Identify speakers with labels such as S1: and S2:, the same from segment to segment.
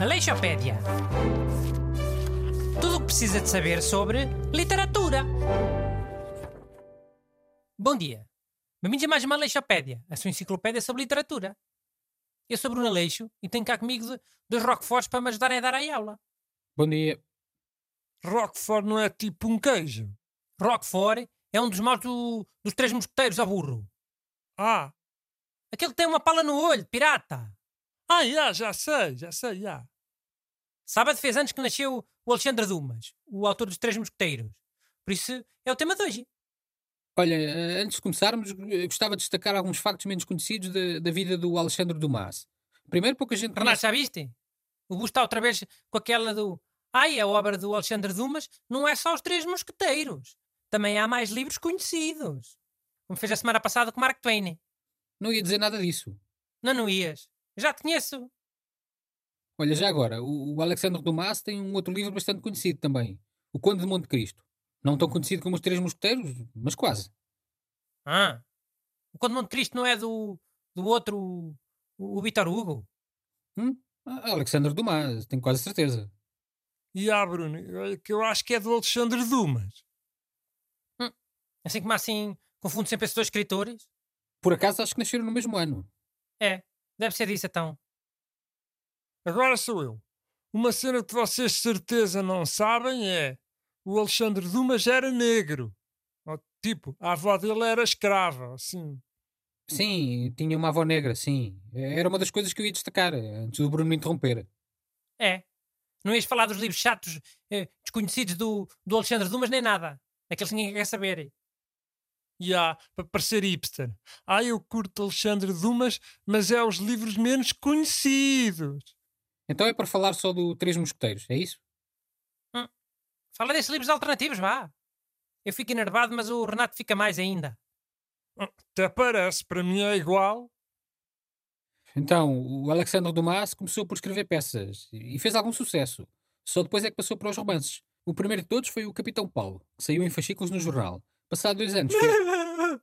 S1: Aleixopédia. Tudo o que precisa de saber sobre literatura. Bom dia. Bem-vindos a mais uma Aleixopédia, a sua enciclopédia sobre literatura. Eu sou Bruno Aleixo e tenho cá comigo de- dois Roqueforts para me ajudarem a dar a aula.
S2: Bom dia.
S1: Roquefort não é tipo um queijo? Roquefort é um dos maus do- dos três mosqueteiros ao burro. Ah. Aquele que tem uma pala no olho, pirata.
S3: Ah, já, já sei, já sei, já.
S1: Sábado fez anos que nasceu o Alexandre Dumas, o autor dos Três Mosqueteiros. Por isso, é o tema de hoje.
S2: Olha, eh, antes de começarmos, eh, gostava de destacar alguns factos menos conhecidos da, da vida do Alexandre Dumas. Primeiro, pouca gente
S1: Renato,
S2: conhece.
S1: já viste? O Bu está outra vez com aquela do Ai, a obra do Alexandre Dumas não é só os Três Mosqueteiros. Também há mais livros conhecidos. Como fez a semana passada com Mark Twain.
S2: Não ia dizer nada disso.
S1: Não, não ias. Já te conheço.
S2: Olha, já agora, o, o Alexandre Dumas tem um outro livro bastante conhecido também. O Conde de Monte Cristo. Não tão conhecido como Os Três Mosqueteiros, mas quase.
S1: Ah, o Conde de Monte Cristo não é do, do outro, o, o Vitor Hugo?
S2: Ah, Alexandre Dumas, tenho quase certeza.
S3: E há, Bruno, olha que eu acho que é do Alexandre Dumas.
S1: Assim como assim, confundo sempre esses dois escritores.
S2: Por acaso, acho que nasceram no mesmo ano.
S1: Deve ser disso então.
S3: Agora sou eu. Uma cena que vocês de certeza não sabem é: o Alexandre Dumas era negro. Ou, tipo, a avó dele era escrava, assim.
S2: Sim, tinha uma avó negra, sim. Eh, Era uma das coisas que eu ia destacar, eh, antes do Bruno me interromper.
S1: É. Não ias falar dos livros chatos, eh, desconhecidos do, do Alexandre Dumas nem nada. Aqueles que ninguém quer saber.
S3: E há, para parecer hipster. Ah, eu curto Alexandre Dumas, mas é os livros menos conhecidos.
S2: Então é para falar só do Três Mosqueteiros, é isso?
S1: Fala desses livros alternativos, vá. Eu fico enervado, mas o Renato fica mais ainda.
S3: Até parece, para mim é igual.
S2: Então, o Alexandre Dumas começou por escrever peças e fez algum sucesso. Só depois é que passou para os romances. O primeiro de todos foi o Capitão Paulo, que saiu em fascículos no jornal. Passado dois anos. Foi...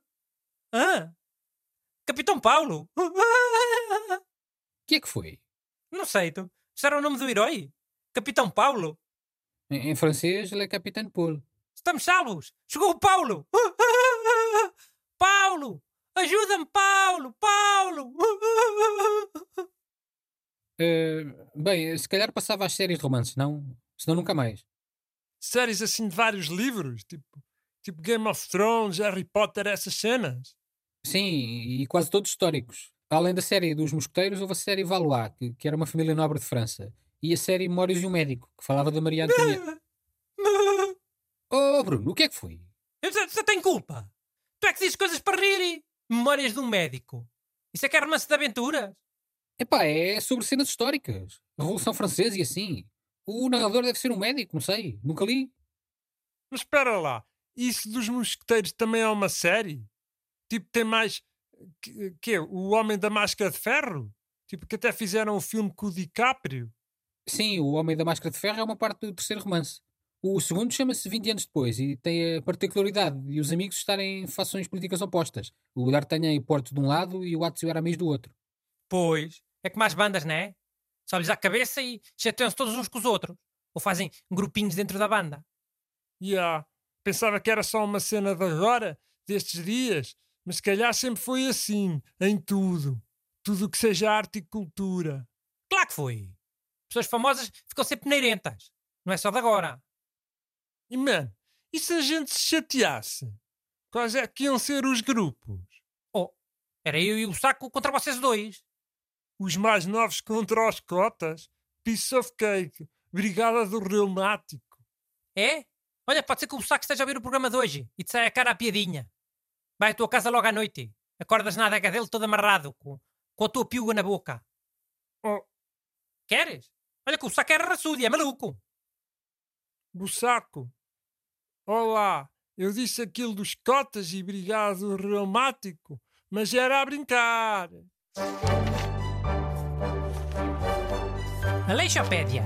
S1: ah, Capitão Paulo?
S2: que é que foi?
S1: Não sei, tu. Isso era o nome do herói? Capitão Paulo?
S2: Em, em francês, Le Capitaine Paul.
S1: Estamos salvos! Chegou o Paulo! Paulo! Ajuda-me, Paulo! Paulo!
S2: Eh, bem, se calhar passava às séries de romances, não? Senão nunca mais.
S3: séries assim de vários livros, tipo, tipo Game of Thrones, Harry Potter, essas cenas.
S2: Sim, e quase todos históricos. Além da série dos Mosqueteiros, houve a série Valois, que, que era uma família nobre de França. E a série Memórias de um Médico, que falava da Maria Antonieta. Oh, Bruno, o que é que foi?
S1: Eu só, só tenho culpa! Tu é que dizes coisas para rir! e- Memórias de um médico! Isso é que é romance de aventuras!
S2: Epá, é sobre cenas históricas. Revolução Francesa e assim. O narrador deve ser um médico, não sei. Nunca li.
S3: Mas espera lá, isso dos mosqueteiros também é uma série? Tipo, tem mais. Que, que é, O Homem da Máscara de Ferro? Tipo, que até fizeram o filme com o DiCaprio.
S2: Sim, O Homem da Máscara de Ferro é uma parte do terceiro romance. O segundo chama-se 20 anos depois e tem a particularidade de os amigos estarem em fações políticas opostas. O D'Artagnan e Porto de um lado e o Atos e o Aramis do outro.
S1: Pois, é que mais bandas, não é? Sobe-lhes à cabeça e chateiam-se todos uns com os outros. Ou fazem grupinhos dentro da banda.
S3: E ah, pensava que era só uma cena de agora, destes dias, mas se calhar sempre foi assim, em tudo. Tudo o que seja arte e cultura.
S1: Claro que foi! Pessoas famosas ficam sempre neirentas. Não é só de agora.
S3: E, mano, e se a gente se chateasse? Quais é que iam ser os grupos?
S1: Oh, Era eu e o saco contra vocês dois.
S3: Os mais novos contra os cotas? Piece of cake. Brigada do reumático.
S1: É? Olha, pode ser que o saco esteja a ouvir o programa de hoje e te saia a cara a piadinha. Vai à tua casa logo à noite. Acordas na adega dele todo amarrado, com, com a tua piuga na boca.
S3: Oh.
S1: Queres? Olha que o saco era raçudo e é maluco.
S3: Bussaco. Olá, eu disse aquilo dos cotas e brigada do reumático, mas era a brincar.
S1: Aleixopédia.